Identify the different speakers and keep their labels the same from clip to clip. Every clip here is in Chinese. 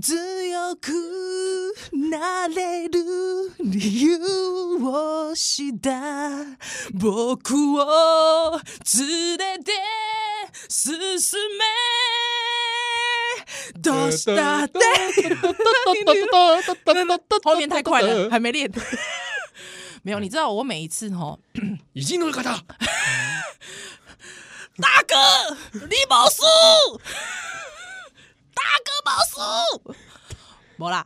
Speaker 1: 強くなれる理由を知った僕を連れて進めどうした って后面太快了，还没 练。没有，你知道我每一次吼，
Speaker 2: 已经の方
Speaker 1: 大哥，你冇输，大哥冇输，没啦。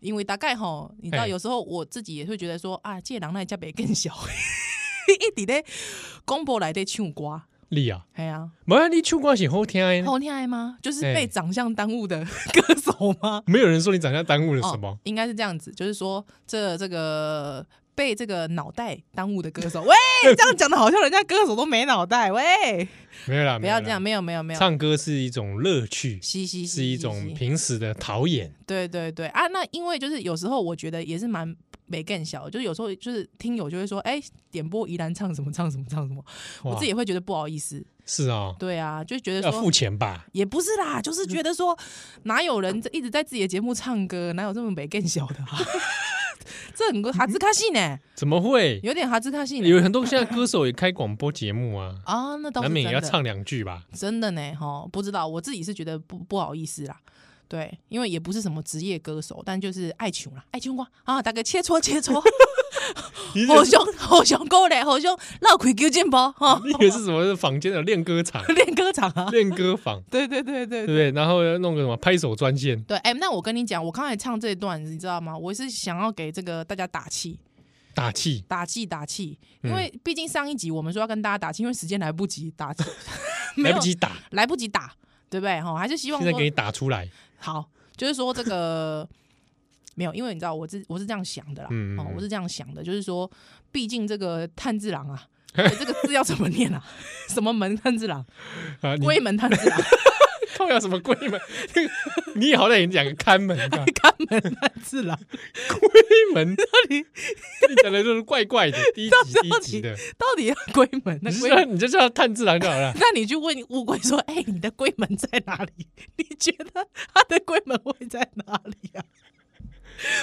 Speaker 1: 因为大概吼，你知道，
Speaker 2: 嘿
Speaker 1: 有时候我自己也会觉得说啊，这人那家别更小， 一直咧公婆来的唱歌，
Speaker 2: 你啊，
Speaker 1: 哎呀、
Speaker 2: 没有你唱歌是好听的
Speaker 1: 啊，
Speaker 2: 呢，
Speaker 1: 好听爱吗？就是
Speaker 2: 嘿
Speaker 1: 被长相耽误的歌手吗？
Speaker 2: 没有人说你长相耽误了什么
Speaker 1: 哦。？应该是这样子，就是说这这个被这个脑袋耽误的歌手，喂， 这样讲的好像人家歌手都没脑袋，喂，
Speaker 2: 没有啦，
Speaker 1: 不
Speaker 2: 啊没有
Speaker 1: 要
Speaker 2: 啦
Speaker 1: 这样，。没有没有没有，
Speaker 2: 唱歌是一种乐趣，
Speaker 1: 嘻嘻嘻
Speaker 2: 是一
Speaker 1: 嘻
Speaker 2: 种
Speaker 1: 嘻
Speaker 2: 平时的陶冶。
Speaker 1: 对对对啊，那因为就是有时候我觉得也是蛮没更小，就是有时候就是听友就会说，哎、点播宜兰唱什么唱什么唱什么，我
Speaker 2: 哇
Speaker 1: 自己也会觉得不好意思，
Speaker 2: 是啊，
Speaker 1: 对啊，就觉得
Speaker 2: 要付
Speaker 1: 说。
Speaker 2: 钱吧？
Speaker 1: 也不是啦，就是觉得说，哪有人一直在自己的节目唱歌，哪有这么没更小的、啊？ 这很哈兹卡西呢，
Speaker 2: 怎么会？
Speaker 1: 有点哈兹卡西呢。
Speaker 2: 有很多现在歌手也开广播节目啊，
Speaker 1: 啊， 那倒是
Speaker 2: 难免也
Speaker 1: 真
Speaker 2: 要
Speaker 1: 的
Speaker 2: 唱两句吧？
Speaker 1: 真的呢，哈，不知道，我自己是觉得不不好意思啦，对，因为也不是什么职业歌手，但就是爱情啦，爱情歌啊，大概切磋切磋，
Speaker 2: 你以 为
Speaker 1: 好
Speaker 2: 是
Speaker 1: 凶好凶够嘞，好凶绕开九剑包哈，、
Speaker 2: 你以为是什么坊间的练歌场
Speaker 1: 练歌场啊，
Speaker 2: 练歌坊，
Speaker 1: 对对对对 对。
Speaker 2: 嗯 对不对？然后要弄个什么拍手专线，
Speaker 1: 对，哎、那我跟你讲，我刚才唱这一段，你知道吗？我是想要给这个大家打气，
Speaker 2: 打气，
Speaker 1: 打气，打气，
Speaker 2: 嗯
Speaker 1: 因为毕竟上一集我们说要跟大家打气，因为时间来不及打气， 没
Speaker 2: 来
Speaker 1: 有
Speaker 2: 不，及打，
Speaker 1: 来不及打，对不对？哈，还是希望
Speaker 2: 现在
Speaker 1: 说
Speaker 2: 给你打出来。
Speaker 1: 好，就是说这个没有，因为你知道我是我是这样想的啦，
Speaker 2: 嗯嗯
Speaker 1: 哦
Speaker 2: 嗯，
Speaker 1: 我是这样想的，就是说，毕竟这个炭治郎 啊。哎这个字要怎么念啊？ 什么门炭治郎？
Speaker 2: 啊，你
Speaker 1: 龟门炭治郎？
Speaker 2: 靠要什么龟门？ 你好歹也讲个看门吧，
Speaker 1: 看门炭治郎？
Speaker 2: 龟门，
Speaker 1: 到底
Speaker 2: 你讲的就是怪怪的，第一集第一集的，
Speaker 1: 到底要龟门？ 那
Speaker 2: 你就
Speaker 1: 龟
Speaker 2: 叫
Speaker 1: 门？。
Speaker 2: 你就叫炭治郎就好了
Speaker 1: 那你去问乌龟说：“哎、你的龟门在哪里？你觉得它的龟门会在哪里啊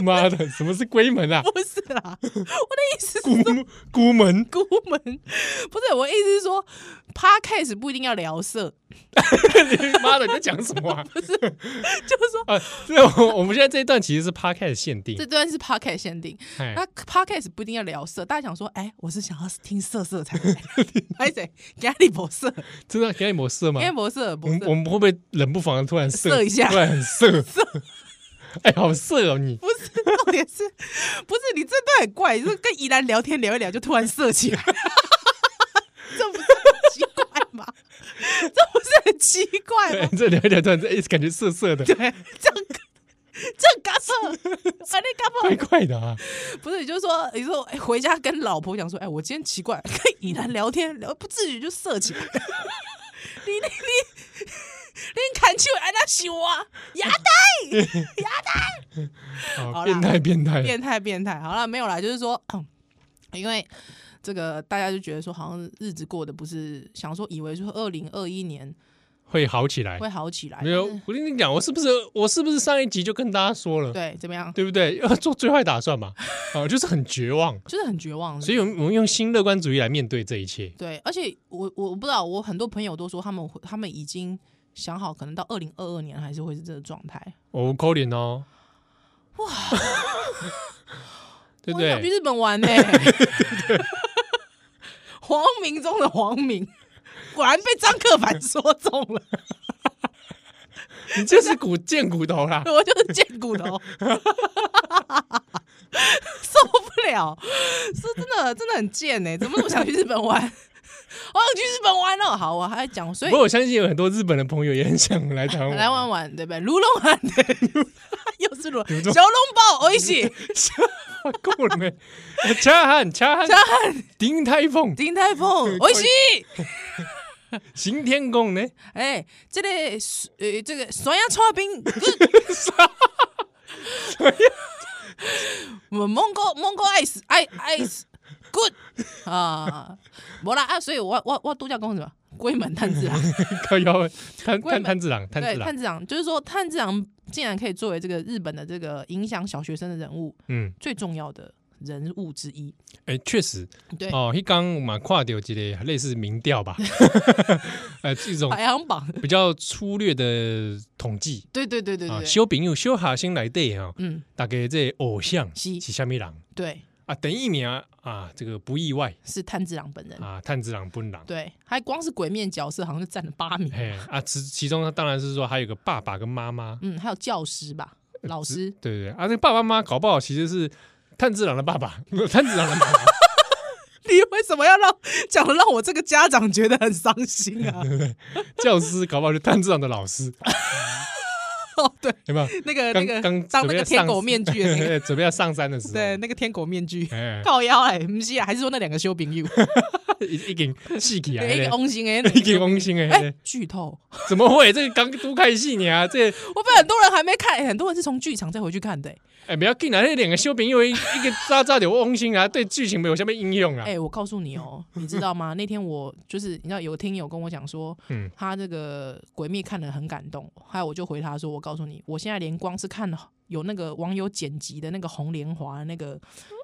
Speaker 2: 妈的，什么是龟 门？”啊？
Speaker 1: 不是啦，我的意思是
Speaker 2: 孤孤门，
Speaker 1: 孤门，不是我的意思是说 p o d c a s 不一定要聊色，
Speaker 2: 妈的，你在讲什么啊？
Speaker 1: 就是说
Speaker 2: 啊，这我我们现在这一段其实是 podcast 限定
Speaker 1: 这，啊段是 podcast 限定，
Speaker 2: 哎
Speaker 1: 那 podcast 不一定要聊色，大家想说，哎、我是想要听色色才来，拍谁？给你博色，
Speaker 2: 真的给你模色吗
Speaker 1: 给？你博色，
Speaker 2: 我
Speaker 1: 博
Speaker 2: 们
Speaker 1: 色
Speaker 2: 我，们会不会冷不防地突然色
Speaker 1: 色一下
Speaker 2: 突然很 色？ 哎，好色哦你！
Speaker 1: 不是，重点是，不是你这段很怪，就是跟怡兰聊天聊一聊就突然色起来，这不是很奇怪吗？这不是很奇怪
Speaker 2: 对
Speaker 1: 吗？，
Speaker 2: 这聊一聊突然哎感觉色色
Speaker 1: 哦
Speaker 2: 的，
Speaker 1: 对，这样这干色，哎，你干嘛？
Speaker 2: 怪怪的啊！
Speaker 1: 不是，你就说，你说、哎回家跟老婆讲说，哎、我今天奇怪，跟以兰聊天聊不自觉就色起来。你你你你砍球安那想啊，牙呆，
Speaker 2: 好
Speaker 1: 好啦
Speaker 2: 哦变态变态，
Speaker 1: 变态变态。好了，没有啦，就是说， 因为这个大家就觉得说，好像日子过得不是想说，以为说二零二一年
Speaker 2: 会好起来。
Speaker 1: 会好起来，
Speaker 2: 哎没有
Speaker 1: 但是，
Speaker 2: 我跟你讲，我是不是我是不是上一集就跟大家说了，
Speaker 1: 对，怎么样？
Speaker 2: 对不对？ 要做最坏打算嘛，啊，就是很绝望。
Speaker 1: 就是很绝望，
Speaker 2: 所以，我们我们用新乐观主义来面对这一切。
Speaker 1: 对，而且我我不知道，我很多朋友都说他们会他们已经想好，可能到二零二二年还是会是这个状态。
Speaker 2: 哦，扣脸哦， 哇，对不
Speaker 1: 我想去
Speaker 2: 对？
Speaker 1: 日本玩 呢、 黄明中的黄明，果然被张克凡说中了，
Speaker 2: 你就是骨贱骨头啦，
Speaker 1: 我就是贱骨头，受不了，是真的真的很贱欸呢、怎么那么想去日本玩？我想去日本玩哦，好，我还讲， 所
Speaker 2: 不
Speaker 1: 以
Speaker 2: 过我相信有很多日本的朋友也很想来台湾
Speaker 1: 来 玩玩， 对不对？卢龙丸，又是卢
Speaker 2: 中
Speaker 1: 小笼包，我一起，
Speaker 2: 玩，够了没？恰汉恰汉
Speaker 1: 加汉
Speaker 2: 顶台风
Speaker 1: 丁台风，我一起。
Speaker 2: 行天宫呢？
Speaker 1: 哎、这个呃，这个酸鸭炒冰，我蒙古蒙古 ice ice ice good 啊，无啦啊，所以我我我度假讲什么？龟门炭治郎，
Speaker 2: 靠腰啊摊
Speaker 1: 龟门
Speaker 2: 摊摊子郎，摊
Speaker 1: 对
Speaker 2: 子郎，
Speaker 1: 炭治郎，就是说炭治郎竟然可以作为这个日本的这个影响小学生的人物
Speaker 2: 嗯，
Speaker 1: 最重要的人物之一。
Speaker 2: 哎，确实，
Speaker 1: 对，
Speaker 2: 哦，一刚嘛跨掉几类类似民 调吧，呃，这种
Speaker 1: 排行榜，
Speaker 2: 比较粗略的统计
Speaker 1: 对对对对
Speaker 2: 啊，
Speaker 1: 对，
Speaker 2: 小朋友小学生来底啊，
Speaker 1: 嗯，
Speaker 2: 大概这偶像
Speaker 1: 是
Speaker 2: 是虾米人
Speaker 1: 对，
Speaker 2: 啊？等一名啊，这个不意外
Speaker 1: 是炭治郎本人。
Speaker 2: 啊，炭治郎本人。
Speaker 1: 对，还光是鬼面角色好像就占了八名，
Speaker 2: 嘿啊，其其中当然是说还有个爸爸跟妈妈，
Speaker 1: 嗯，还有教师吧，
Speaker 2: 呃
Speaker 1: 老师，
Speaker 2: 对对对啊，这个爸爸妈妈搞不好其实是炭治郎的爸爸， 炭治郎的妈妈。
Speaker 1: 你为什么要让讲的让我这个家长觉得很伤心 啊？
Speaker 2: 教师搞不好就炭治郎的老师，
Speaker 1: 哦，对，
Speaker 2: 有没有？
Speaker 1: 那个那
Speaker 2: 刚
Speaker 1: 个
Speaker 2: 刚
Speaker 1: 当
Speaker 2: 准备
Speaker 1: 那
Speaker 2: 要
Speaker 1: 个天
Speaker 2: 上
Speaker 1: 狗面具的 那个，
Speaker 2: 准备要上山的时候，
Speaker 1: 对，那个天狗面具，
Speaker 2: 哎，
Speaker 1: 靠腰哎，不是啊，还是说那两个修 饼友，
Speaker 2: 已已经气起 来
Speaker 1: 对一个
Speaker 2: 了，
Speaker 1: 翁星哎，
Speaker 2: 一个翁心
Speaker 1: 哎
Speaker 2: 哎，，
Speaker 1: 剧透，
Speaker 2: 怎么会？这个刚都看戏你啊，这
Speaker 1: 我被很多人还没看，哎很多人是从剧场再回去看的。哎
Speaker 2: 哎不要紧啊，那两个修平因为一个渣渣的翁心啊，对剧情没有什么应用啊。
Speaker 1: 哎，我告诉你哦，你知道吗？那天我就是你知道有听友跟我讲说，
Speaker 2: 嗯
Speaker 1: 他这个鬼灭看了很感动，还有我就回他说，我告诉你，我现在连光是看有那个网友剪辑的那个红莲华的那个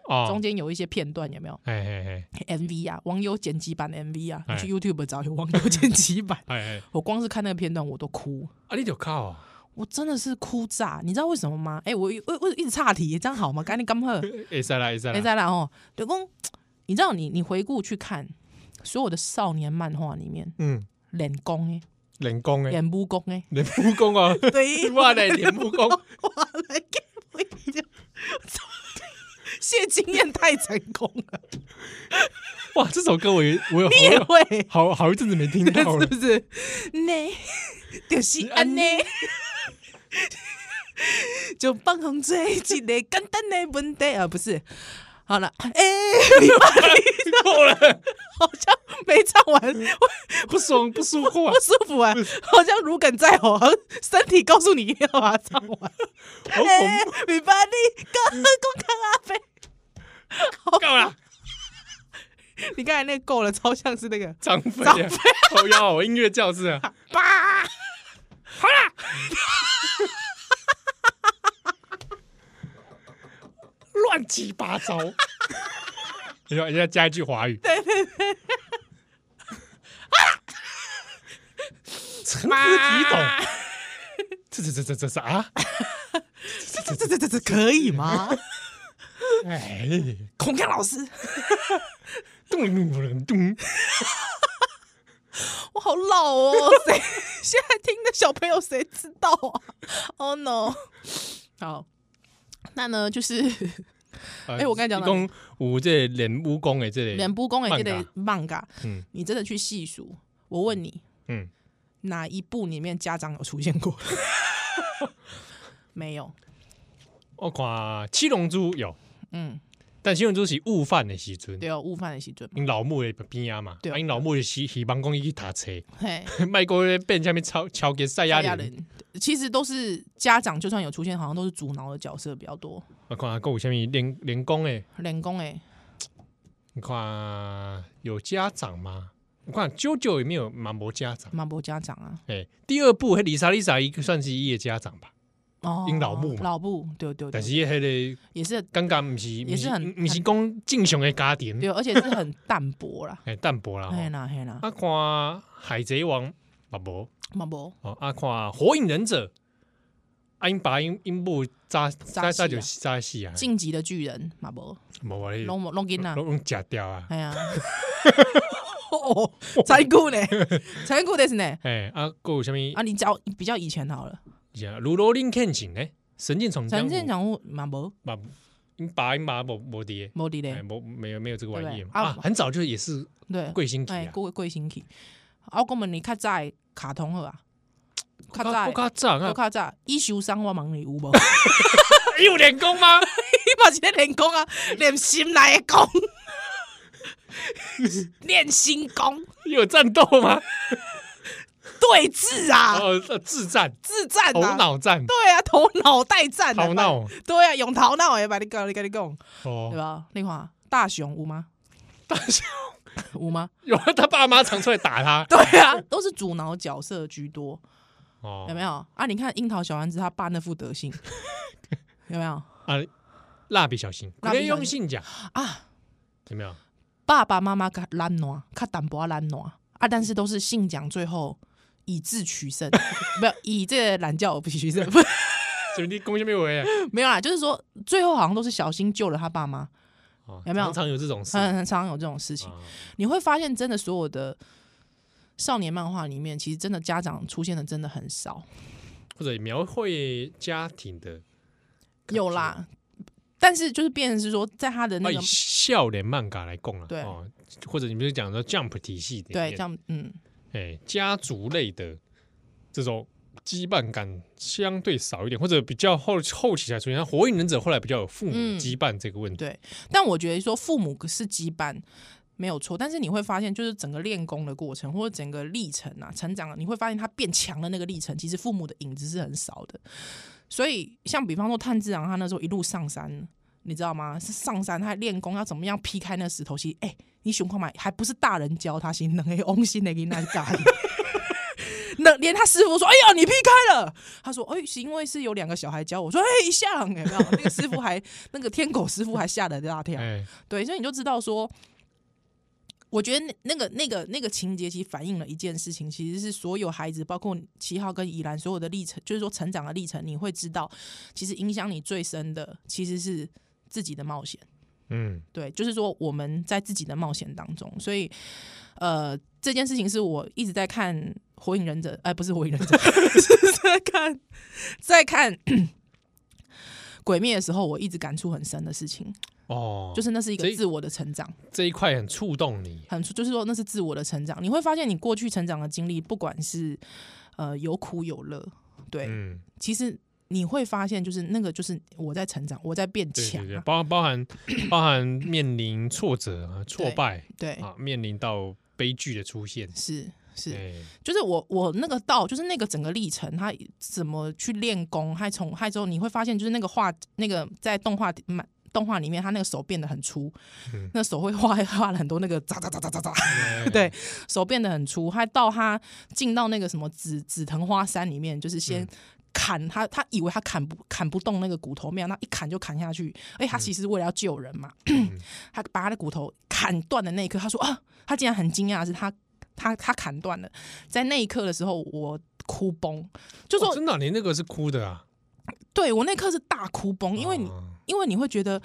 Speaker 2: 哦
Speaker 1: 中，间有一些片段有没有
Speaker 2: 哎哎哎
Speaker 1: MV 啊？网友剪辑版 MV 啊，你
Speaker 2: 哎。
Speaker 1: 去 YouTube 找有网友剪辑版
Speaker 2: 哎哎，
Speaker 1: 我光是看那个片段我都哭，
Speaker 2: 啊你就靠 哦，
Speaker 1: 我真的是哭炸，你知道为什么吗？哎、我我我一直岔题，这样好吗？赶紧干喝。
Speaker 2: 哎塞啦哎塞
Speaker 1: 没
Speaker 2: 啦，
Speaker 1: 在啦哦，刘公，你知道你你回顾去看所有的少年漫画里面，
Speaker 2: 嗯，
Speaker 1: 脸公哎，
Speaker 2: 人工哎，
Speaker 1: 脸不公哎，
Speaker 2: 人木工啊，
Speaker 1: 对
Speaker 2: 哇嘞，人木工，
Speaker 1: 我来给我一点，谢经验太成功 了，
Speaker 2: 哇，这首歌我也我有
Speaker 1: 你也
Speaker 2: 好
Speaker 1: 会
Speaker 2: 好好一阵子没听到
Speaker 1: 是
Speaker 2: 了
Speaker 1: 不，是？那哦就是安呢。 就放空最一个简单的问题啊，不是？好了，哎、
Speaker 2: 够了，
Speaker 1: 好像没唱完，
Speaker 2: 不爽不舒服啊
Speaker 1: 不，舒服啊，好像如鲠在喉，好像身体告诉你一定要把它唱完。
Speaker 2: 好
Speaker 1: 哎
Speaker 2: 恐，
Speaker 1: 米巴利刚刚看阿飞，
Speaker 2: 怖，够了。
Speaker 1: 你刚才那个够了，超像是那个
Speaker 2: 张飞
Speaker 1: 张
Speaker 2: 啊，好呀，我音乐教室啊，
Speaker 1: 爸。
Speaker 2: 乱七八糟。 你说，你要加一句华语，对对对，陈
Speaker 1: 妈
Speaker 2: 思体懂，这这这这这是啊？
Speaker 1: 这这这这这这可以吗？
Speaker 2: 哎，
Speaker 1: 孔锵老师，
Speaker 2: 咚咚咚咚，
Speaker 1: 我好老哦，谁现在听的小朋友谁知道啊？Oh no！好，那呢就是
Speaker 2: 哎
Speaker 1: 哎我刚才讲到哪里
Speaker 2: 讲有这连武功的这类，
Speaker 1: 脸部公的这个 manga，
Speaker 2: 嗯
Speaker 1: 你真的去细数，我问你，
Speaker 2: 嗯，
Speaker 1: 哪一部里面家长有出现过？没有，
Speaker 2: 我看七龙珠有，
Speaker 1: 嗯，
Speaker 2: 但七龙珠是悟饭的时阵，
Speaker 1: 对哦，悟饭的时阵嘛，
Speaker 2: 因老母的边啊嘛，
Speaker 1: 对
Speaker 2: 啊因老母就希希望讲伊去读册，
Speaker 1: 嘿，
Speaker 2: 卖过咧变下面超超给赛亚
Speaker 1: 赛亚
Speaker 2: 人。
Speaker 1: 人其实都是家长，就算有出现，好像都是主脑的角色比较多。
Speaker 2: 我看还有啥物连连工诶，
Speaker 1: 人工哎，
Speaker 2: 你看有家长吗？我看啾啾有没有蛮无家长？
Speaker 1: 马博家长啊，
Speaker 2: 诶、第二部迄丽莎丽莎伊算是伊的家长吧，
Speaker 1: 哦，
Speaker 2: 因老母嘛
Speaker 1: 老母，对对对
Speaker 2: 但是，迄个
Speaker 1: 也是
Speaker 2: 感觉毋是，
Speaker 1: 也是很
Speaker 2: 毋是讲正常的家庭，。
Speaker 1: 对，而且是很淡薄啦
Speaker 2: 诶、淡薄啦。吼
Speaker 1: 嘿啦嘿啦，
Speaker 2: 啊，看海贼王嘛无，
Speaker 1: 马博
Speaker 2: 哦啊看火影忍者，啊因爸因因母早早
Speaker 1: 早死
Speaker 2: 早就
Speaker 1: 啊
Speaker 2: 早死啊，
Speaker 1: 晋级的巨人马博，
Speaker 2: 无咧，拢
Speaker 1: 龙龙金啊，
Speaker 2: 拢食掉啊。
Speaker 1: 哎呀，哦，残酷呢，残酷的是呢。
Speaker 2: 诶、啊，还有啥物？
Speaker 1: 啊，你找比较以前好了，
Speaker 2: 是啊，如罗林看景呢，《神剑闯江湖
Speaker 1: 神》剑人物马博
Speaker 2: 嘛，因爸因妈无无伫，
Speaker 1: 莫迪嘞，
Speaker 2: 哎，无没有没有这个玩意嘛
Speaker 1: 对不对
Speaker 2: 啊
Speaker 1: 啊，
Speaker 2: 很早就也是
Speaker 1: 对，
Speaker 2: 贵星体
Speaker 1: 哎，
Speaker 2: 啊，
Speaker 1: 贵贵星去。啊，我讲问你较早的卡通好啊，较早
Speaker 2: 我
Speaker 1: 的
Speaker 2: 较早
Speaker 1: 我
Speaker 2: 啊，
Speaker 1: 较早伊受伤我问你有无？
Speaker 2: 哎有练功吗？
Speaker 1: 你嘛是咧练功啊，练心来的 功，练心功，
Speaker 2: 有战斗吗？
Speaker 1: 对峙啊，
Speaker 2: 哦，呃智战、
Speaker 1: 自战
Speaker 2: 头
Speaker 1: 啊，
Speaker 2: 脑战、
Speaker 1: 对啊，头脑代战啊，
Speaker 2: 头脑
Speaker 1: 对啊，用头脑诶，把你讲，你跟你讲，对
Speaker 2: 哦，
Speaker 1: 吧？你看大雄有吗？
Speaker 2: 大雄
Speaker 1: 我吗？
Speaker 2: 有啊他爸妈常出来打他，
Speaker 1: 对啊，都是主脑角色居多，
Speaker 2: 哦
Speaker 1: 有没有啊？你看樱桃小丸子他爸那副德 性，有没有
Speaker 2: 啊，蜡笔小新，
Speaker 1: 蜡笔小
Speaker 2: 可
Speaker 1: 新
Speaker 2: 以用信讲
Speaker 1: 啊？
Speaker 2: 有没有？
Speaker 1: 爸爸妈妈较懒惰，较啊淡薄仔懒惰啊，但是都是信讲最后以智取胜， 没有以这个懒觉取胜， 不是
Speaker 2: 怎么你攻击没有哎？
Speaker 1: 没有啦，就是说最后好像都是小新救了他爸妈，
Speaker 2: 哦
Speaker 1: 有没有嗯
Speaker 2: 常常有这种事？
Speaker 1: 很很常有这种事情，
Speaker 2: 啊
Speaker 1: 你会发现真的所有的少年漫画里面，其实真的家长出现的真的很少，
Speaker 2: 或者描绘家庭的，
Speaker 1: 有啦，但是就是变成是说在他的
Speaker 2: 啊，
Speaker 1: 那
Speaker 2: 以
Speaker 1: 个
Speaker 2: 笑脸漫画来供啊，
Speaker 1: 对
Speaker 2: 哦，或者你们是讲的 Jump 体系里
Speaker 1: 对
Speaker 2: 面
Speaker 1: 这，样嗯。
Speaker 2: 哎，家族类的这种羁绊感相对少一点，或者比较后后期才出现。像火影忍者后来比较有父母
Speaker 1: 嗯
Speaker 2: 羁绊这个问题，
Speaker 1: 对，但我觉得说父母是羁绊没有错，但是你会发现，就是整个练功的过程或者整个历程啊，成长，你会发现他变强的那个历程，其实父母的影子是很少的。所以，像比方说炭治郎，他那时候一路上山，你知道吗？是上山，他练功要怎么样劈开那石头？其实，哎、你熊看买还不是大人教他，行，能给翁心的给那咖喱。 那连他师傅说：“哎呀，你劈开了。”他说：“哎，是因为是有两个小孩教我。”我说：“哎，吓人有没有？”那个师傅还那个天狗师傅还吓了一大跳。
Speaker 2: 哎，
Speaker 1: 对，所以你就知道说，我觉得那那个那个那个情节其实反映了一件事情，其实是所有孩子，包括七号跟怡兰所有的历程，就是说成长的历程，你会知道，其实影响你最深的其实是自己的冒险。
Speaker 2: 嗯，
Speaker 1: 对，就是说我们在自己的冒险当中，所以呃，这件事情是我一直在看《火影忍者》，哎、不是《火影忍者》， 是在看在看《鬼灭》的时候，我一直感触很深的事情，
Speaker 2: 哦，
Speaker 1: 就是那是一
Speaker 2: 所
Speaker 1: 个
Speaker 2: 以
Speaker 1: 自我的成长。
Speaker 2: 这一块很触动你，
Speaker 1: 很就是说那是自我的成长。你会发现你过去成长的经历，不管是呃有苦有乐，对，
Speaker 2: 嗯，
Speaker 1: 其实你会发现就是那个就是我在成长，我在变
Speaker 2: 对
Speaker 1: 强
Speaker 2: 对对，
Speaker 1: 啊、
Speaker 2: 包包含 包含面临挫折啊、挫败
Speaker 1: 对，
Speaker 2: 啊，面临到悲剧的出现，
Speaker 1: 是是。
Speaker 2: 哎，
Speaker 1: 就是我我那个道，就是那个整个历程，他怎么去练功，还从还之后，你会发现就是那个画那个在动画漫动画里面，他那个手变得很粗，
Speaker 2: 嗯
Speaker 1: 那手会画画了很多那个喳喳喳喳喳喳，
Speaker 2: 哎
Speaker 1: 对，手变得很粗，还到他进到那个什么紫紫藤花山里面，就是
Speaker 2: 嗯
Speaker 1: 先。砍他，他以为他砍不砍不动那个骨头，没有，那一砍就砍下去。哎，
Speaker 2: 嗯
Speaker 1: 他其实是为了要救人嘛， 他把他的骨头砍断的那一刻，他说啊，他竟然很惊讶的是他他他砍断了，在那一刻的时候，我哭崩，就说、
Speaker 2: 哦真的啊，你那个是哭的啊，
Speaker 1: 对我那一刻是大哭崩，因为你、
Speaker 2: 哦
Speaker 1: 因为你会觉得，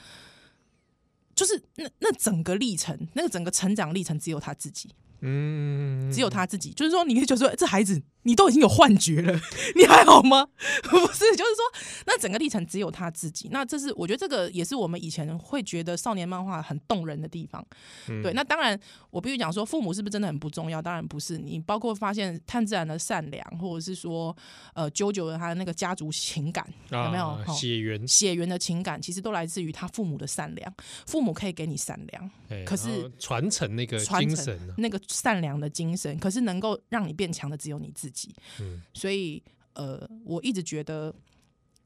Speaker 1: 就是那那整个历程，那个整个成长历程只有他自己，
Speaker 2: 嗯，
Speaker 1: 只有他自己，就是说，你会觉得说，这孩子你都已经有幻觉了， 你还好吗？ 不是，就是说，那整个历程只有他自己。那这是我觉得这个也是我们以前会觉得少年漫画很动人的地方。
Speaker 2: 嗯
Speaker 1: 对，那当然，我必须讲说，父母是不是真的很不重要？当然不是。你包括发现炭治然的善良，或者是说，呃，啾啾的他的那个家族情感，有没有
Speaker 2: 啊
Speaker 1: 哦
Speaker 2: 血缘，
Speaker 1: 血缘的情感，其实都来自于他父母的善良。父母可以给你善良，
Speaker 2: 哎
Speaker 1: 可是
Speaker 2: 然后传承那个
Speaker 1: 传
Speaker 2: 精
Speaker 1: 承
Speaker 2: 神啊
Speaker 1: 那个善良的精神，可是能够让你变强的只有你自己。
Speaker 2: 嗯
Speaker 1: 所以呃，我一直觉得，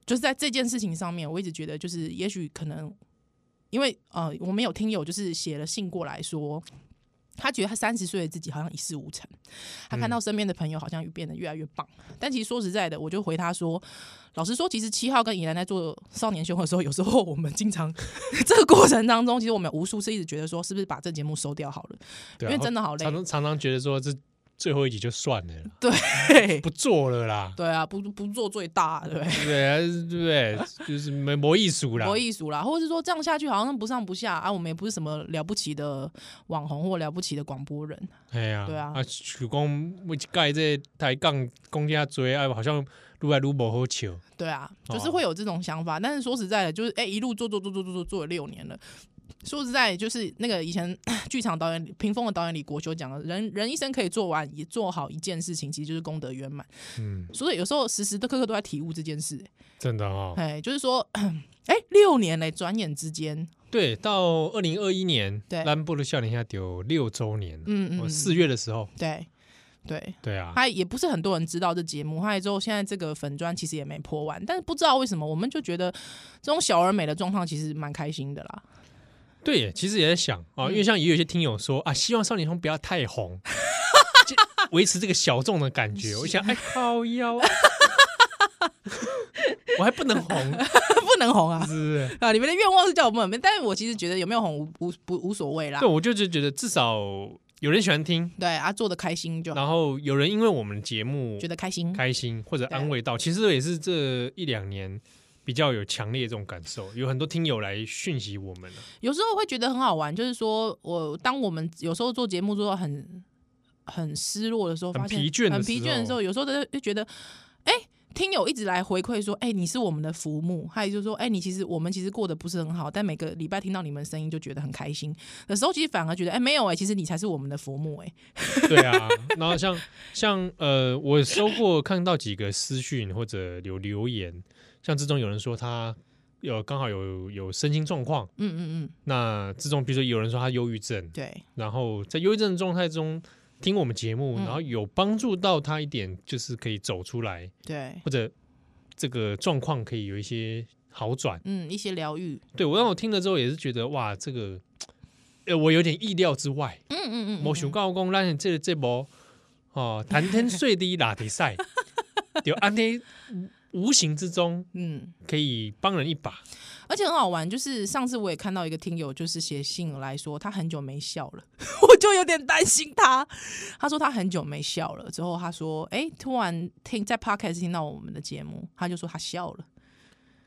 Speaker 1: 就是在这件事情上面，我一直觉得就是，也许可能因为呃，我们有听友就是写了信过来说。他觉得他三十岁的自己好像一事无成，他看到身边的朋友好像变得越来越棒，但其实说实在的，我就回他说，老实说，其实七号跟怡兰在做少年凶的时候，有时候我们经常 这个过程当中，其实我们无数次一直觉得说，是不是把这节目收掉好了？
Speaker 2: 对啊，
Speaker 1: 因为真的好累
Speaker 2: 常常常常觉得说这最后一集就算了啦，
Speaker 1: 对
Speaker 2: 不做了啦，
Speaker 1: 对啊，不不做最大，对不对？
Speaker 2: 对不对啊？对不对？就是没没艺术啦
Speaker 1: 博，艺术啦，或者是说这样下去好像不上不下啊，我们也不是什么了不起的网红或了不起的广播人，
Speaker 2: 哎呀，
Speaker 1: 对啊
Speaker 2: 啊，曲工为盖这台杠公家追，哎，好像撸来撸不好笑，
Speaker 1: 对啊，
Speaker 2: 哦
Speaker 1: 就是会有这种想法。但是说实在的，就是哎、一路做做做做做做做了六年了。说实在，就是那个以前 剧场导演屏风的导演李国修讲的，人人一生可以做完也做好一件事情，其实就是功德圆满。
Speaker 2: 嗯，
Speaker 1: 所以有时候时时刻刻都在体悟这件事、
Speaker 2: 真的哦。
Speaker 1: 哎，就是说， 哎、六年嘞，转眼之间，
Speaker 2: 对，到二零二一年，
Speaker 1: 对
Speaker 2: 兰博的笑脸下有六周年，
Speaker 1: 嗯嗯
Speaker 2: 我
Speaker 1: 嗯，
Speaker 2: 四月的时候，
Speaker 1: 对对，
Speaker 2: 对啊，
Speaker 1: 他也不是很多人知道这节目，他也之后现在这个粉砖其实也没破完，但是不知道为什么，我们就觉得这种小而美的状况其实蛮开心的啦。
Speaker 2: 对耶，其实也在想
Speaker 1: 嗯
Speaker 2: 啊，因为像也有一些听友说啊，希望少年红不要 太红，就维持这个小众的感觉。我想，哎靠腰， 我还不能红，
Speaker 1: 不能红啊
Speaker 2: 是不是？
Speaker 1: 啊！你们的愿望是叫我不能红，但是我其实觉得有没有红无无不无所谓啦
Speaker 2: 对，。我就是觉得至少有人喜欢听，
Speaker 1: 对啊，做的开心就好，
Speaker 2: 然后有人因为我们的节目
Speaker 1: 觉得开心。
Speaker 2: 开心或者安慰到，其实也是这一两年比较有强烈这种感受，有很多听友来讯息我们了。啊
Speaker 1: 有时候会觉得很好玩，就是说我当我们有时候做节目做到很很失落的时候，
Speaker 2: 很
Speaker 1: 发现
Speaker 2: 疲倦的时候
Speaker 1: 很疲倦的时候，有时候就就觉得，哎、听友一直来回馈说，哎、你是我们的浮木，还有就是说，哎、你其实我们其实过得不是很好，但每个礼拜听到你们的声音就觉得很开心的时候，其实反而觉得，哎、没有哎、其实你才是我们的浮木哎、
Speaker 2: 对啊，然后像像呃，我收过看到几个私讯或者有留言，像之中有人说他有刚好有有身心状况，
Speaker 1: 嗯嗯嗯，
Speaker 2: 那之中比如说有人说他忧郁症，
Speaker 1: 对，
Speaker 2: 然后在忧郁症的状态中听我们节目，
Speaker 1: 嗯
Speaker 2: 然后有帮助到他一点，就是可以走出来，
Speaker 1: 对，
Speaker 2: 或者这个状况可以有一些好转。
Speaker 1: 嗯，一些疗愈，
Speaker 2: 对我让我听了之后也是觉得哇，这个呃我有点意料之外。
Speaker 1: 嗯嗯嗯
Speaker 2: 我想到讲，咱这这波哦，谈天说地拉 提赛，就安尼无形之中
Speaker 1: 嗯。嗯
Speaker 2: 可以帮人一把。
Speaker 1: 而且很好玩，就是上次我也看到一个听友，就是写信来说他很久没笑了， 我就有点担心他。他说他很久没笑了，之后他说，哎、突然听在 podcast 听到我们的节目，他就说他笑了。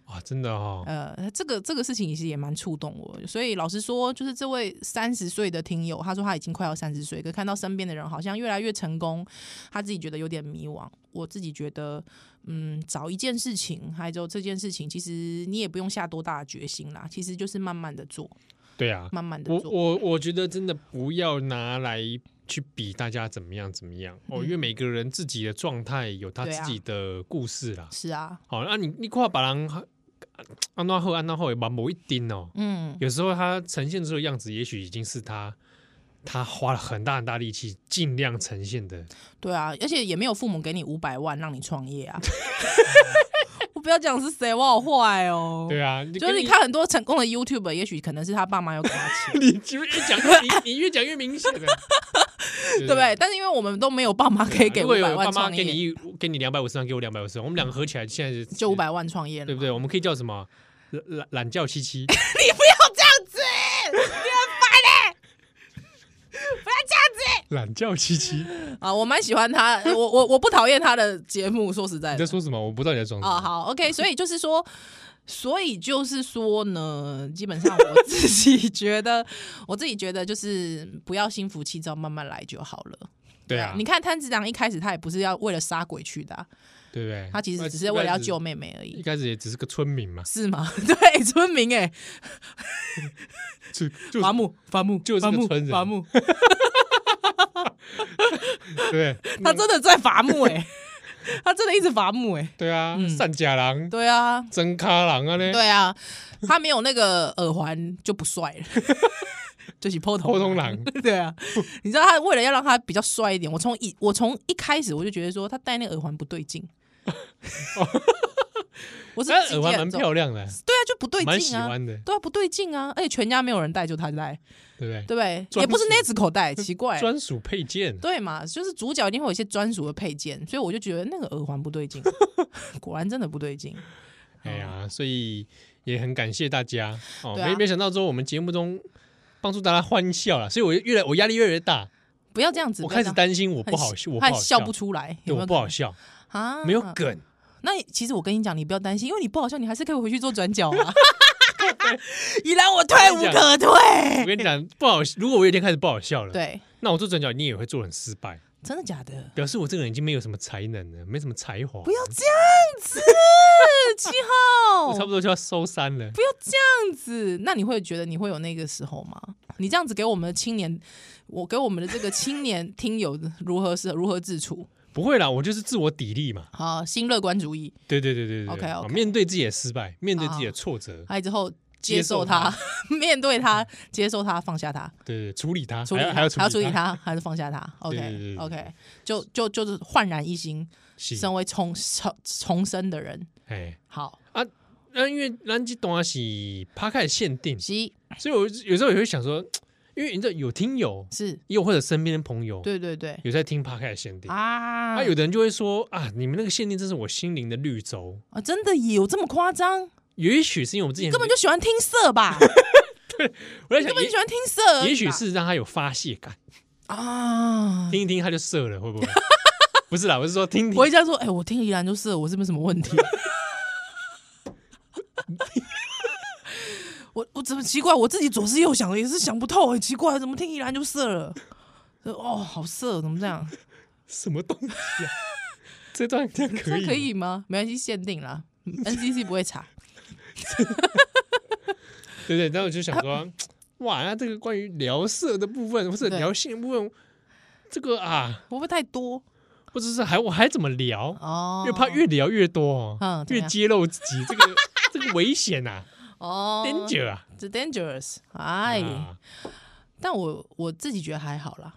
Speaker 2: 哇，真的哦，
Speaker 1: 呃，这个这个事情其实也蛮触动我的，所以老实说，就是这位三十岁的听友，他说他已经快要三十岁，可看到身边的人好像越来越成功，他自己觉得有点迷惘。我自己觉得，嗯，找一件事情，还有这件事情，其实你也不用下多大的决心啦，其实就是慢慢的做，
Speaker 2: 对啊，
Speaker 1: 慢慢的
Speaker 2: 我
Speaker 1: 做。
Speaker 2: 我我觉得真的不要拿来去比大家怎么样怎么样哦，
Speaker 1: 嗯
Speaker 2: 因为每个人自己的状态有他
Speaker 1: 对啊
Speaker 2: 自己的故事啦。
Speaker 1: 是啊，
Speaker 2: 好，那你你跨把人啊安娜后安娜后也蛮某一丁哦，
Speaker 1: 嗯，
Speaker 2: 有时候他呈现出的样子，也许已经是他他花了很大很大力气尽量呈现的
Speaker 1: 对啊，而且也没有父母给你五百万让你创业啊。 我不要讲是谁，我好坏哦。
Speaker 2: 对啊，就
Speaker 1: 就是你，看很多成功的 YouTube，也许可能是他爸妈有给他钱。
Speaker 2: 你就越讲越明，你越讲越明显了，对 啊
Speaker 1: 对不对？？但是因为我们都没有爸妈可以给
Speaker 2: 如
Speaker 1: 五
Speaker 2: 果有
Speaker 1: 百万
Speaker 2: 爸妈
Speaker 1: 创
Speaker 2: 给你
Speaker 1: 业，
Speaker 2: 一给你两百五十万，给我两百五十万，我们两个合起来现在是
Speaker 1: 就五，百万创业了，
Speaker 2: 对不对？？我们可以叫什么？懒懒懒觉七七，
Speaker 1: 你不要这样子，你很烦嘞、欸不要这样
Speaker 2: 懒觉七七，你
Speaker 1: 子啊！我蛮喜欢他，我我我不讨厌他的节目， 说实在
Speaker 2: 在
Speaker 1: 的
Speaker 2: 说什么？我不知道你在装什
Speaker 1: 啊，
Speaker 2: 么。
Speaker 1: 好，OK，所以 就是说。所以就是说呢，基本上我自己觉得， 我自己觉得就是不要心浮气躁，慢慢来就好了。
Speaker 2: 对啊
Speaker 1: 你，看摊子长一开始他也不是要为了杀鬼去的啊、
Speaker 2: 对不对？
Speaker 1: 他其实只是为了要救
Speaker 2: 一开
Speaker 1: 妹妹而
Speaker 2: 始，一
Speaker 1: 已，
Speaker 2: 开始也只是个村民嘛，
Speaker 1: 是吗？ 对，村民哎、
Speaker 2: 就就
Speaker 1: 伐木，伐木，
Speaker 2: 就是
Speaker 1: 伐
Speaker 2: 个
Speaker 1: 木
Speaker 2: 村，人
Speaker 1: 伐木，
Speaker 2: 对
Speaker 1: 他真的在伐木哎、他真的一直伐木哎、
Speaker 2: 对啊，善假郎、
Speaker 1: 对啊，
Speaker 2: 真卡郎啊嘞，
Speaker 1: 对啊，他没有那个耳环就不帅了， 就是破头
Speaker 2: 破通郎，
Speaker 1: 对啊，你知道他为了要让他比较帅一点，我从一我从一开始我就觉得说他戴那个耳环不对劲，我 是
Speaker 2: 但
Speaker 1: 直接
Speaker 2: 哦哎耳环蛮
Speaker 1: 很重
Speaker 2: 漂亮的，
Speaker 1: 对啊，就不对
Speaker 2: 蛮
Speaker 1: 劲
Speaker 2: 喜
Speaker 1: 啊。
Speaker 2: 欢的，
Speaker 1: 对啊，不对劲啊！而且全家没有人戴，就他戴，
Speaker 2: 对不对？
Speaker 1: 对不 对？
Speaker 2: 专
Speaker 1: 也不是
Speaker 2: 属
Speaker 1: 那只口袋，奇怪。
Speaker 2: 专属配件，
Speaker 1: 对嘛，就是主角一定会有一些专属的配件，所以我就觉得那个耳环不对 劲，果然真的不对劲。啊
Speaker 2: 哎呀，所以也很感谢大家哦，
Speaker 1: 对啊
Speaker 2: 没没想到说我们节目中帮助大家欢笑了，所以我越来我压力越来越大，
Speaker 1: 不要这样子，
Speaker 2: 我
Speaker 1: 不要这
Speaker 2: 开始
Speaker 1: 样
Speaker 2: 担心我
Speaker 1: 很
Speaker 2: 不好
Speaker 1: 笑
Speaker 2: 我不
Speaker 1: 很
Speaker 2: 好
Speaker 1: 笑不出来，
Speaker 2: 对
Speaker 1: 有没
Speaker 2: 我
Speaker 1: 有
Speaker 2: 不好笑，
Speaker 1: 可能啊？
Speaker 2: 没有。梗，
Speaker 1: 那你其实我跟你讲，你不要担心，因为你不好笑，你还是可以回去做转角 啊。依然我退无可
Speaker 2: 我
Speaker 1: 退。
Speaker 2: 跟你讲不好，如果我有一天开始不好笑了，
Speaker 1: 对，
Speaker 2: 那我做转角你也会做得很失败，
Speaker 1: 真的假的？
Speaker 2: 表示我这个人已经没有什么才能了，没什么才华，
Speaker 1: 不要这样子，七
Speaker 2: 我
Speaker 1: 号，
Speaker 2: 差不多就要收山了。
Speaker 1: 不要这样子。那你会觉得你会有那个时候吗？你这样子给我们的青年，我给我们的这个青年听友如何是如何自处？
Speaker 2: 不会啦，我就是自我砥砺嘛。
Speaker 1: 好，新乐观主义，
Speaker 2: 对对对对对
Speaker 1: OK，OK
Speaker 2: 啊面对自己的失败，面对自己的挫折，
Speaker 1: 还有之后接
Speaker 2: 接受
Speaker 1: 受它， 面对它，接受它，放下它，
Speaker 2: 对对，处理它，
Speaker 1: 处
Speaker 2: 还
Speaker 1: 理
Speaker 2: 要
Speaker 1: 它
Speaker 2: 还要
Speaker 1: 还要处理
Speaker 2: 它，
Speaker 1: 它，还是放下它
Speaker 2: 对对对
Speaker 1: ？OK
Speaker 2: 对
Speaker 1: OK，就就就是焕然一新，
Speaker 2: 是
Speaker 1: 成为重重重生的人。
Speaker 2: 哎
Speaker 1: 好，
Speaker 2: 那因为咱这东西趴开始限定，
Speaker 1: 是
Speaker 2: 所以我有时候也会想说，因为你知道有听友，
Speaker 1: 是，
Speaker 2: 又或者身边的朋友
Speaker 1: 对对对
Speaker 2: 有在听趴开始限定，
Speaker 1: 啊
Speaker 2: 啊，有的人就会说啊，你们那个限定真是我心灵的绿洲。
Speaker 1: 啊，真的有这么夸张？
Speaker 2: 也许是因为我们之前
Speaker 1: 根本就喜欢听色 吧？
Speaker 2: 我在
Speaker 1: 根
Speaker 2: 想，
Speaker 1: 本就
Speaker 2: 也
Speaker 1: 喜欢听色而已吧，
Speaker 2: 也许是让他有发泄感，
Speaker 1: 啊。
Speaker 2: 听一听他就射了， 会不会？不是啦，我是说听听
Speaker 1: 我，一家说，哎、我听宜兰就色，我是不是什么问题？ 我我怎么奇怪？我自己左思右想，也是想不透，很奇怪，怎么听宜兰就色了？呃哦，好色，怎么这样？
Speaker 2: 什么东西 啊？这段这样可
Speaker 1: 这
Speaker 2: 以
Speaker 1: 可
Speaker 2: 吗
Speaker 1: 以吗？没关系，限定啦嗯，NCC 不会查。
Speaker 2: 对不对？然后我就想说，哇，那这个关于聊色的部分或者
Speaker 1: 对
Speaker 2: 聊性的部分，这个啊，
Speaker 1: 会不会太多
Speaker 2: 或者是还我还怎么聊？
Speaker 1: 哦？
Speaker 2: 越怕越聊越多哦，
Speaker 1: 嗯怎么
Speaker 2: 越
Speaker 1: 样
Speaker 2: 揭露自己，这 个这个危险啊
Speaker 1: 哦
Speaker 2: ，danger 啊！
Speaker 1: 这 dangerous，哎，
Speaker 2: 啊
Speaker 1: 但我我自己觉得还好啦，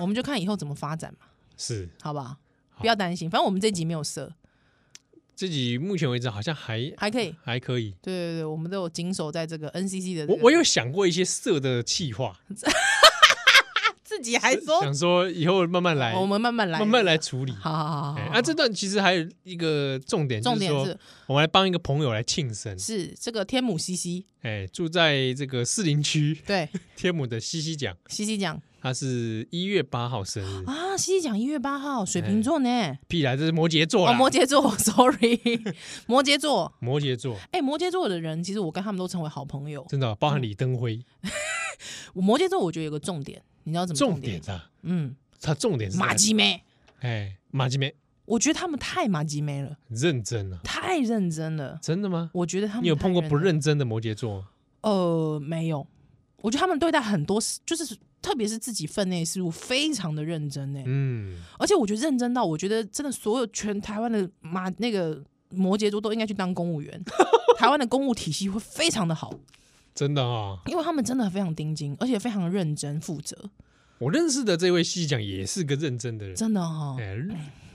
Speaker 1: 我们就看以后怎么发展嘛，
Speaker 2: 是
Speaker 1: 好不好？不要担心，反正我们这集没有色，
Speaker 2: 自己目前为止好像还
Speaker 1: 还可以。
Speaker 2: 还可以。
Speaker 1: 对对对，我们都有谨守在这个 NCC 的这
Speaker 2: 我
Speaker 1: 个、
Speaker 2: 我有想过一些色的气话，
Speaker 1: 自己还说哦
Speaker 2: 想说以后慢慢来，
Speaker 1: 我们慢慢来，
Speaker 2: 慢慢来。处理。
Speaker 1: 好好好好
Speaker 2: 哎
Speaker 1: 好，
Speaker 2: 啊，这段其实还有一个重点，就
Speaker 1: 重
Speaker 2: 是
Speaker 1: 点
Speaker 2: 说
Speaker 1: 是
Speaker 2: 我们来帮一个朋友来庆生，
Speaker 1: 是这个天母西西，
Speaker 2: 哎，住在这个士林区
Speaker 1: 对，
Speaker 2: 天母的西西奖，
Speaker 1: 西西讲
Speaker 2: 他是一月八号生日，
Speaker 1: 啊，西西讲一月八号，水
Speaker 2: 哎
Speaker 1: 瓶座呢，
Speaker 2: 屁啦，这是摩羯座
Speaker 1: 哦，
Speaker 2: 啦，
Speaker 1: 摩羯座 ，sorry，摩羯座，
Speaker 2: 摩羯座
Speaker 1: 哎、摩羯座的人，其实我跟他们都成为好朋友。
Speaker 2: 真的包含李登辉，
Speaker 1: 我摩羯座，我觉得有个重点，你知道怎么
Speaker 2: 重
Speaker 1: 点
Speaker 2: 点？啊，
Speaker 1: 嗯，
Speaker 2: 他重点是在
Speaker 1: 马，吉妹，
Speaker 2: 哎，马吉梅
Speaker 1: 我觉得他们太马吉妹了，
Speaker 2: 认真啊，
Speaker 1: 太认真了。
Speaker 2: 真的吗？
Speaker 1: 我觉得他们
Speaker 2: 你有碰过
Speaker 1: 太
Speaker 2: 不
Speaker 1: 真了
Speaker 2: 认真的摩羯座吗？
Speaker 1: 呃，没有，我觉得他们对待很多事，就是特别是自己分内事务，非常的认真呢、
Speaker 2: 嗯，
Speaker 1: 而且我觉得认真到，我觉得真的所有全台湾的马那个摩羯座都应该去当公务 员，台湾的公务体系会非常的好，
Speaker 2: 真的啊，
Speaker 1: 因为他们真的非常盯紧，而且非常认真负责，
Speaker 2: 我认识的这位西西奖也是个认真的人，
Speaker 1: 真的哈、
Speaker 2: 哎，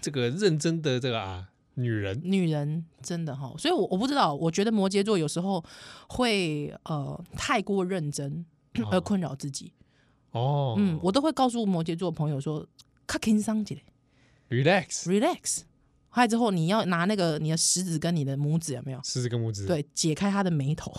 Speaker 2: 这个认真的这个啊女人，
Speaker 1: 女人真的哈、所以我我不知道，我觉得摩羯座有时候会呃太过认真而困扰自己，呃
Speaker 2: 哦，
Speaker 1: 嗯，我都会告诉摩羯座的朋友说，卡轻松起来。
Speaker 2: ，relax，
Speaker 1: relax。还有之后，你要拿那个你的食指跟你的拇指有没有？
Speaker 2: 十指跟拇指，，
Speaker 1: 对，解开他的眉头，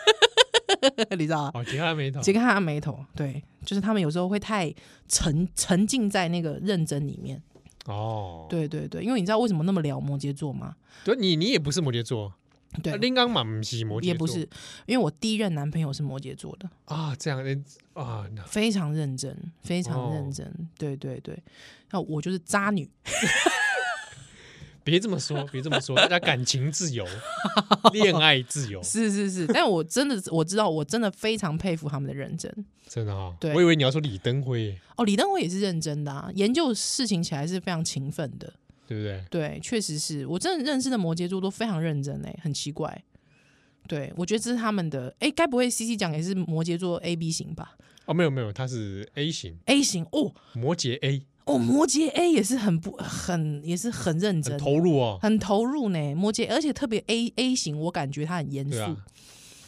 Speaker 1: 你知道吗？
Speaker 2: 哦，解开他眉头，
Speaker 1: 解开他的眉头，对，就是他们有时候会太沉沉浸在那个认真里面，
Speaker 2: 哦，
Speaker 1: 对对对，因为你知道为什么那么聊摩羯座吗？
Speaker 2: 对，你你也不是摩羯座，
Speaker 1: 对，
Speaker 2: 啊林刚嘛不是摩羯座，
Speaker 1: 也不是，因为我第一任男朋友是摩羯座的，
Speaker 2: 啊，这样诶啊，那
Speaker 1: 非常认真，非常
Speaker 2: 哦
Speaker 1: 认真，对对对，那我就是渣女，
Speaker 2: 别这么说，别这 么说，大家感情自由，恋爱自由，
Speaker 1: 是是是，但我真的我知道，我真的非常佩服他们的认真，
Speaker 2: 真的哈、
Speaker 1: 对
Speaker 2: 我以为你要说李登辉耶，
Speaker 1: 哦，李登辉也是认真的啊，研究事情起来是非常勤奋的。
Speaker 2: 对不对？
Speaker 1: 对，确实是我真的认识的摩羯座都非常认真哎、很奇怪。对，我觉得这是他们的哎，该不会 C C 讲也是摩羯座 A B 型吧
Speaker 2: 哦，没有没有，他是 A 型，
Speaker 1: ？A 型哦
Speaker 2: 摩羯 A，
Speaker 1: 哦，摩羯 A 也是很不很也是很认真
Speaker 2: 很，投入哦，
Speaker 1: 很投入呢。摩羯，而且特别 A A 型，我感觉他很严肃。
Speaker 2: 对啊，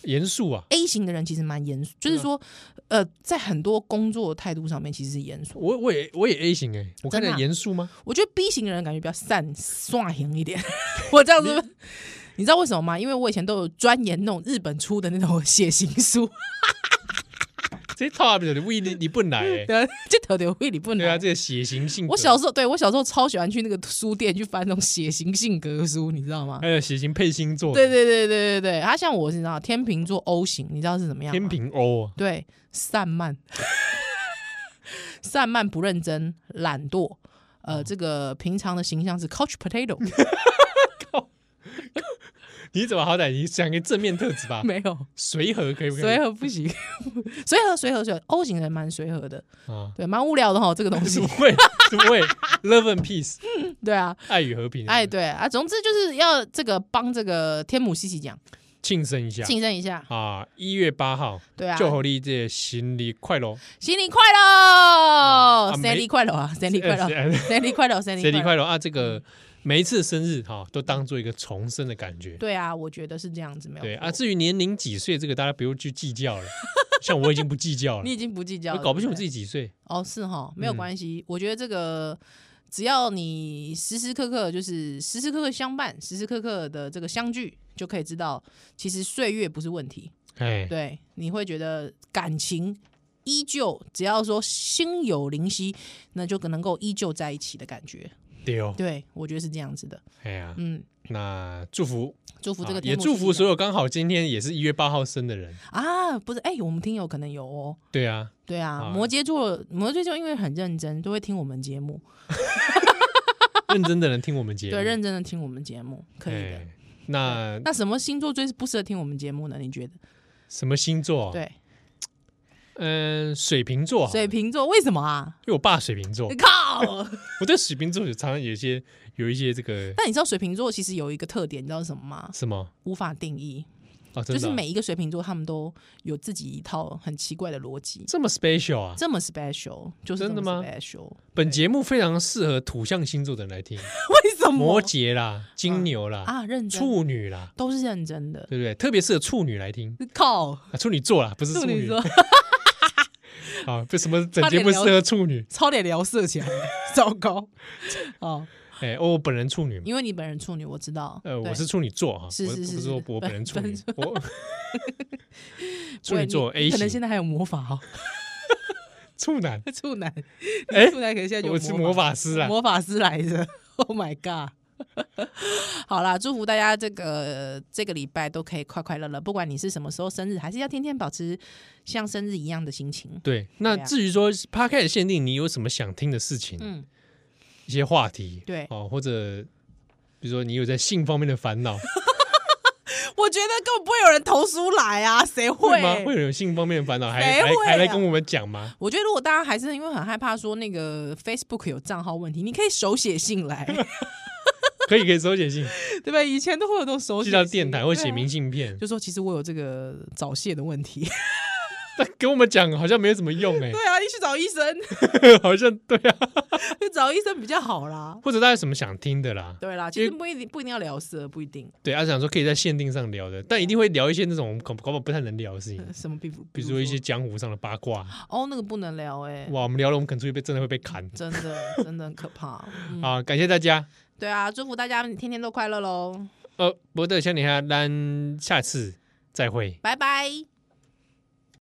Speaker 2: 严肃啊，
Speaker 1: A 型的人其实蛮严肃，就是
Speaker 2: 对啊
Speaker 1: 说，呃，在很多工作态度上面其实是严肃。
Speaker 2: 我我也我也 A 型哎，我看起
Speaker 1: 真的
Speaker 2: 来
Speaker 1: 啊
Speaker 2: 严肃吗？
Speaker 1: 我觉得 B 型的人感觉比较散散型一点。 我这样子，你知道为什么吗？因为我以前都有钻研那种日本出的那种血型书，
Speaker 2: 这套不是你你你不来 哎，
Speaker 1: 对啊，就头点会理不
Speaker 2: 对啊，
Speaker 1: 能。
Speaker 2: 这个血型性格，
Speaker 1: 我小时候，对我小时候超喜欢去那个书店去翻那种血型性格的书，你知道吗
Speaker 2: 还？有血型配星座，
Speaker 1: 对，对对对对对，他像我是你知道天秤座 O 型，你知道是怎么样吗？
Speaker 2: 天平 O 啊，
Speaker 1: 对散 漫，散漫不认真，懒惰，
Speaker 2: 哦
Speaker 1: 呃，这个平常的形象是 couch potato，
Speaker 2: 你怎么好歹你讲个正面特质 吧，
Speaker 1: 没有。
Speaker 2: 随和可以不可
Speaker 1: 随
Speaker 2: 以
Speaker 1: 和不行， 随和随和随和，O 型人蛮随和的，
Speaker 2: 啊？
Speaker 1: 对，蛮无聊的哈，这个 东西
Speaker 2: 不，会不会，Love and Peace，
Speaker 1: 对啊，
Speaker 2: 爱与和平，
Speaker 1: 哎对啊，总之就是要这个帮这个天母西西讲
Speaker 2: 庆生一下
Speaker 1: 庆生一下，
Speaker 2: 啊！一月八号，
Speaker 1: 对啊，
Speaker 2: 祝福你这新年快乐，
Speaker 1: 新年快乐，
Speaker 2: 啊
Speaker 1: 生日
Speaker 2: 没
Speaker 1: 快乐啊，生日快乐，
Speaker 2: 呃
Speaker 1: 生日快乐，生嗯
Speaker 2: 新
Speaker 1: 日
Speaker 2: 年
Speaker 1: 快乐，
Speaker 2: 快乐啊！这个每一次的生日哈、都当做一个重生的感觉。
Speaker 1: 对啊，我觉得是这样子，没有
Speaker 2: 对
Speaker 1: 错
Speaker 2: 啊，至于年龄几岁，这个大家不用去计较 了。像我已经不计较了
Speaker 1: 你，已经不计较
Speaker 2: 我
Speaker 1: 了，
Speaker 2: 搞不清楚
Speaker 1: 对对
Speaker 2: 自己几岁。
Speaker 1: 哦，是哈，没有
Speaker 2: 嗯
Speaker 1: 关系。我觉得这个只要你时时刻刻就是时时刻刻相伴，时时刻刻的这个相聚，就可以知道，其实岁月不是问题。
Speaker 2: 哎，
Speaker 1: 对，你会觉得感情依旧，只要说心有灵犀，那就能够依旧在一起的感觉。
Speaker 2: 对哦，
Speaker 1: 对，我觉得是这样子的。
Speaker 2: 哎呀，
Speaker 1: 嗯，那
Speaker 2: 那祝福，
Speaker 1: 祝福这个、
Speaker 2: 啊也祝福所有刚好今天也是一月八号生的人。
Speaker 1: 啊，不是哎、我们听友可能有哦。
Speaker 2: 对啊，
Speaker 1: 对啊，
Speaker 2: 啊
Speaker 1: 摩羯座，摩羯座因为很认真，都会听我们节目，
Speaker 2: 认真的人听我们节目，
Speaker 1: 对，认真的听我们节目，可以的。
Speaker 2: 哎那
Speaker 1: 那什么星座最不适合听我们节目呢？你觉得？
Speaker 2: 什么星座？，
Speaker 1: 对，
Speaker 2: 嗯，水瓶座哦好了，哦
Speaker 1: 水瓶座为什么啊？
Speaker 2: 因为我爸水瓶座
Speaker 1: 你，靠！
Speaker 2: 我对水瓶座有常常有一些有一些这个
Speaker 1: 但你知道水瓶座其实有一个特点，你知道是什么吗？
Speaker 2: 什么
Speaker 1: 无法定义，
Speaker 2: 啊，真
Speaker 1: 就
Speaker 2: 的
Speaker 1: 是
Speaker 2: 啊
Speaker 1: 每一个水瓶座他们都有自己一套很奇怪的逻辑，
Speaker 2: 这么 special 啊！
Speaker 1: 这么 special 就是
Speaker 2: 真的
Speaker 1: s
Speaker 2: 吗
Speaker 1: p e c i a l
Speaker 2: 本节目非常适合土象星座的人 来听，
Speaker 1: 为什么？
Speaker 2: 摩羯啦、金牛啦、
Speaker 1: 啊，认真
Speaker 2: 处女啦，
Speaker 1: 都是认真的，
Speaker 2: 对不对？特别适合处女来听
Speaker 1: 靠！
Speaker 2: 啊，处女座啦，不是
Speaker 1: 处
Speaker 2: 处
Speaker 1: 女
Speaker 2: 女
Speaker 1: 座
Speaker 2: 啊，为什么整
Speaker 1: 差
Speaker 2: 节
Speaker 1: 点
Speaker 2: 目适
Speaker 1: 聊
Speaker 2: 合处女？
Speaker 1: 超点聊色起来，糟 糕！哦，
Speaker 2: 哎，哦，我本人处女嘛，
Speaker 1: 因为你本人处女，我知道，
Speaker 2: 呃，
Speaker 1: 对
Speaker 2: 我是处女座哈，
Speaker 1: 是
Speaker 2: 我
Speaker 1: 是
Speaker 2: 不
Speaker 1: 是
Speaker 2: 说
Speaker 1: 是
Speaker 2: 我本人处
Speaker 1: 本
Speaker 2: 女， 我处
Speaker 1: 喂
Speaker 2: 女
Speaker 1: 你
Speaker 2: 座 A
Speaker 1: 可能现
Speaker 2: 型
Speaker 1: 在还有魔法哦，
Speaker 2: 处男，
Speaker 1: 处男，
Speaker 2: 哎
Speaker 1: 处男可能现在有
Speaker 2: 我是
Speaker 1: 魔
Speaker 2: 魔法师啦，啊
Speaker 1: 魔法师来着。Oh my god！好啦，祝福大家这个这个礼拜都可以快快乐乐，不管你是什么时候生日，还是要天天保持像生日一样的心情。
Speaker 2: 对，那
Speaker 1: 对啊
Speaker 2: 至于说 p a r k e t 限定，你有什么想听的事情，
Speaker 1: 嗯，
Speaker 2: 一些话题，
Speaker 1: 对
Speaker 2: 哦，或者比如说你有在性方面的烦恼，
Speaker 1: 我觉得根本不会有人投书来啊，谁 会
Speaker 2: 吗？会有性方面的烦恼，还
Speaker 1: 谁
Speaker 2: 还
Speaker 1: 会
Speaker 2: 还来
Speaker 1: 啊
Speaker 2: 跟我们讲吗？
Speaker 1: 我觉得如果大家还是因为很害怕说那个 Facebook 有账号问题，你可以手写信 来，对
Speaker 2: 可以可以手 写信，
Speaker 1: 不对？以前都会有那种手写
Speaker 2: 寄
Speaker 1: 信
Speaker 2: 到电台或
Speaker 1: 对啊
Speaker 2: 写明信片，
Speaker 1: 就说其实我有这个早泄的问 题。
Speaker 2: 但跟我们讲好像没有什么用哎
Speaker 1: 对，啊，你去找医生，
Speaker 2: 好像对啊，
Speaker 1: 去找医生比较好啦。
Speaker 2: 或者大家有什么想听的啦，
Speaker 1: 对啦，其实不一定不一定要聊色，不一定
Speaker 2: 对，啊阿想说可以在限定上聊的，但一定会聊一些那种搞搞不好不太能聊的事情
Speaker 1: 呃，什么比如
Speaker 2: 比如说一些江湖上的八卦，
Speaker 1: 哦，那个不能聊哎、
Speaker 2: 哇，我们聊了我们可能出去被真的会被砍
Speaker 1: 真的真的很可怕。嗯，
Speaker 2: 啊！感谢大家。
Speaker 1: 对啊，祝福大家天天都快乐喽，
Speaker 2: 呃，不对，像你看，咱下次再会。
Speaker 1: 拜拜。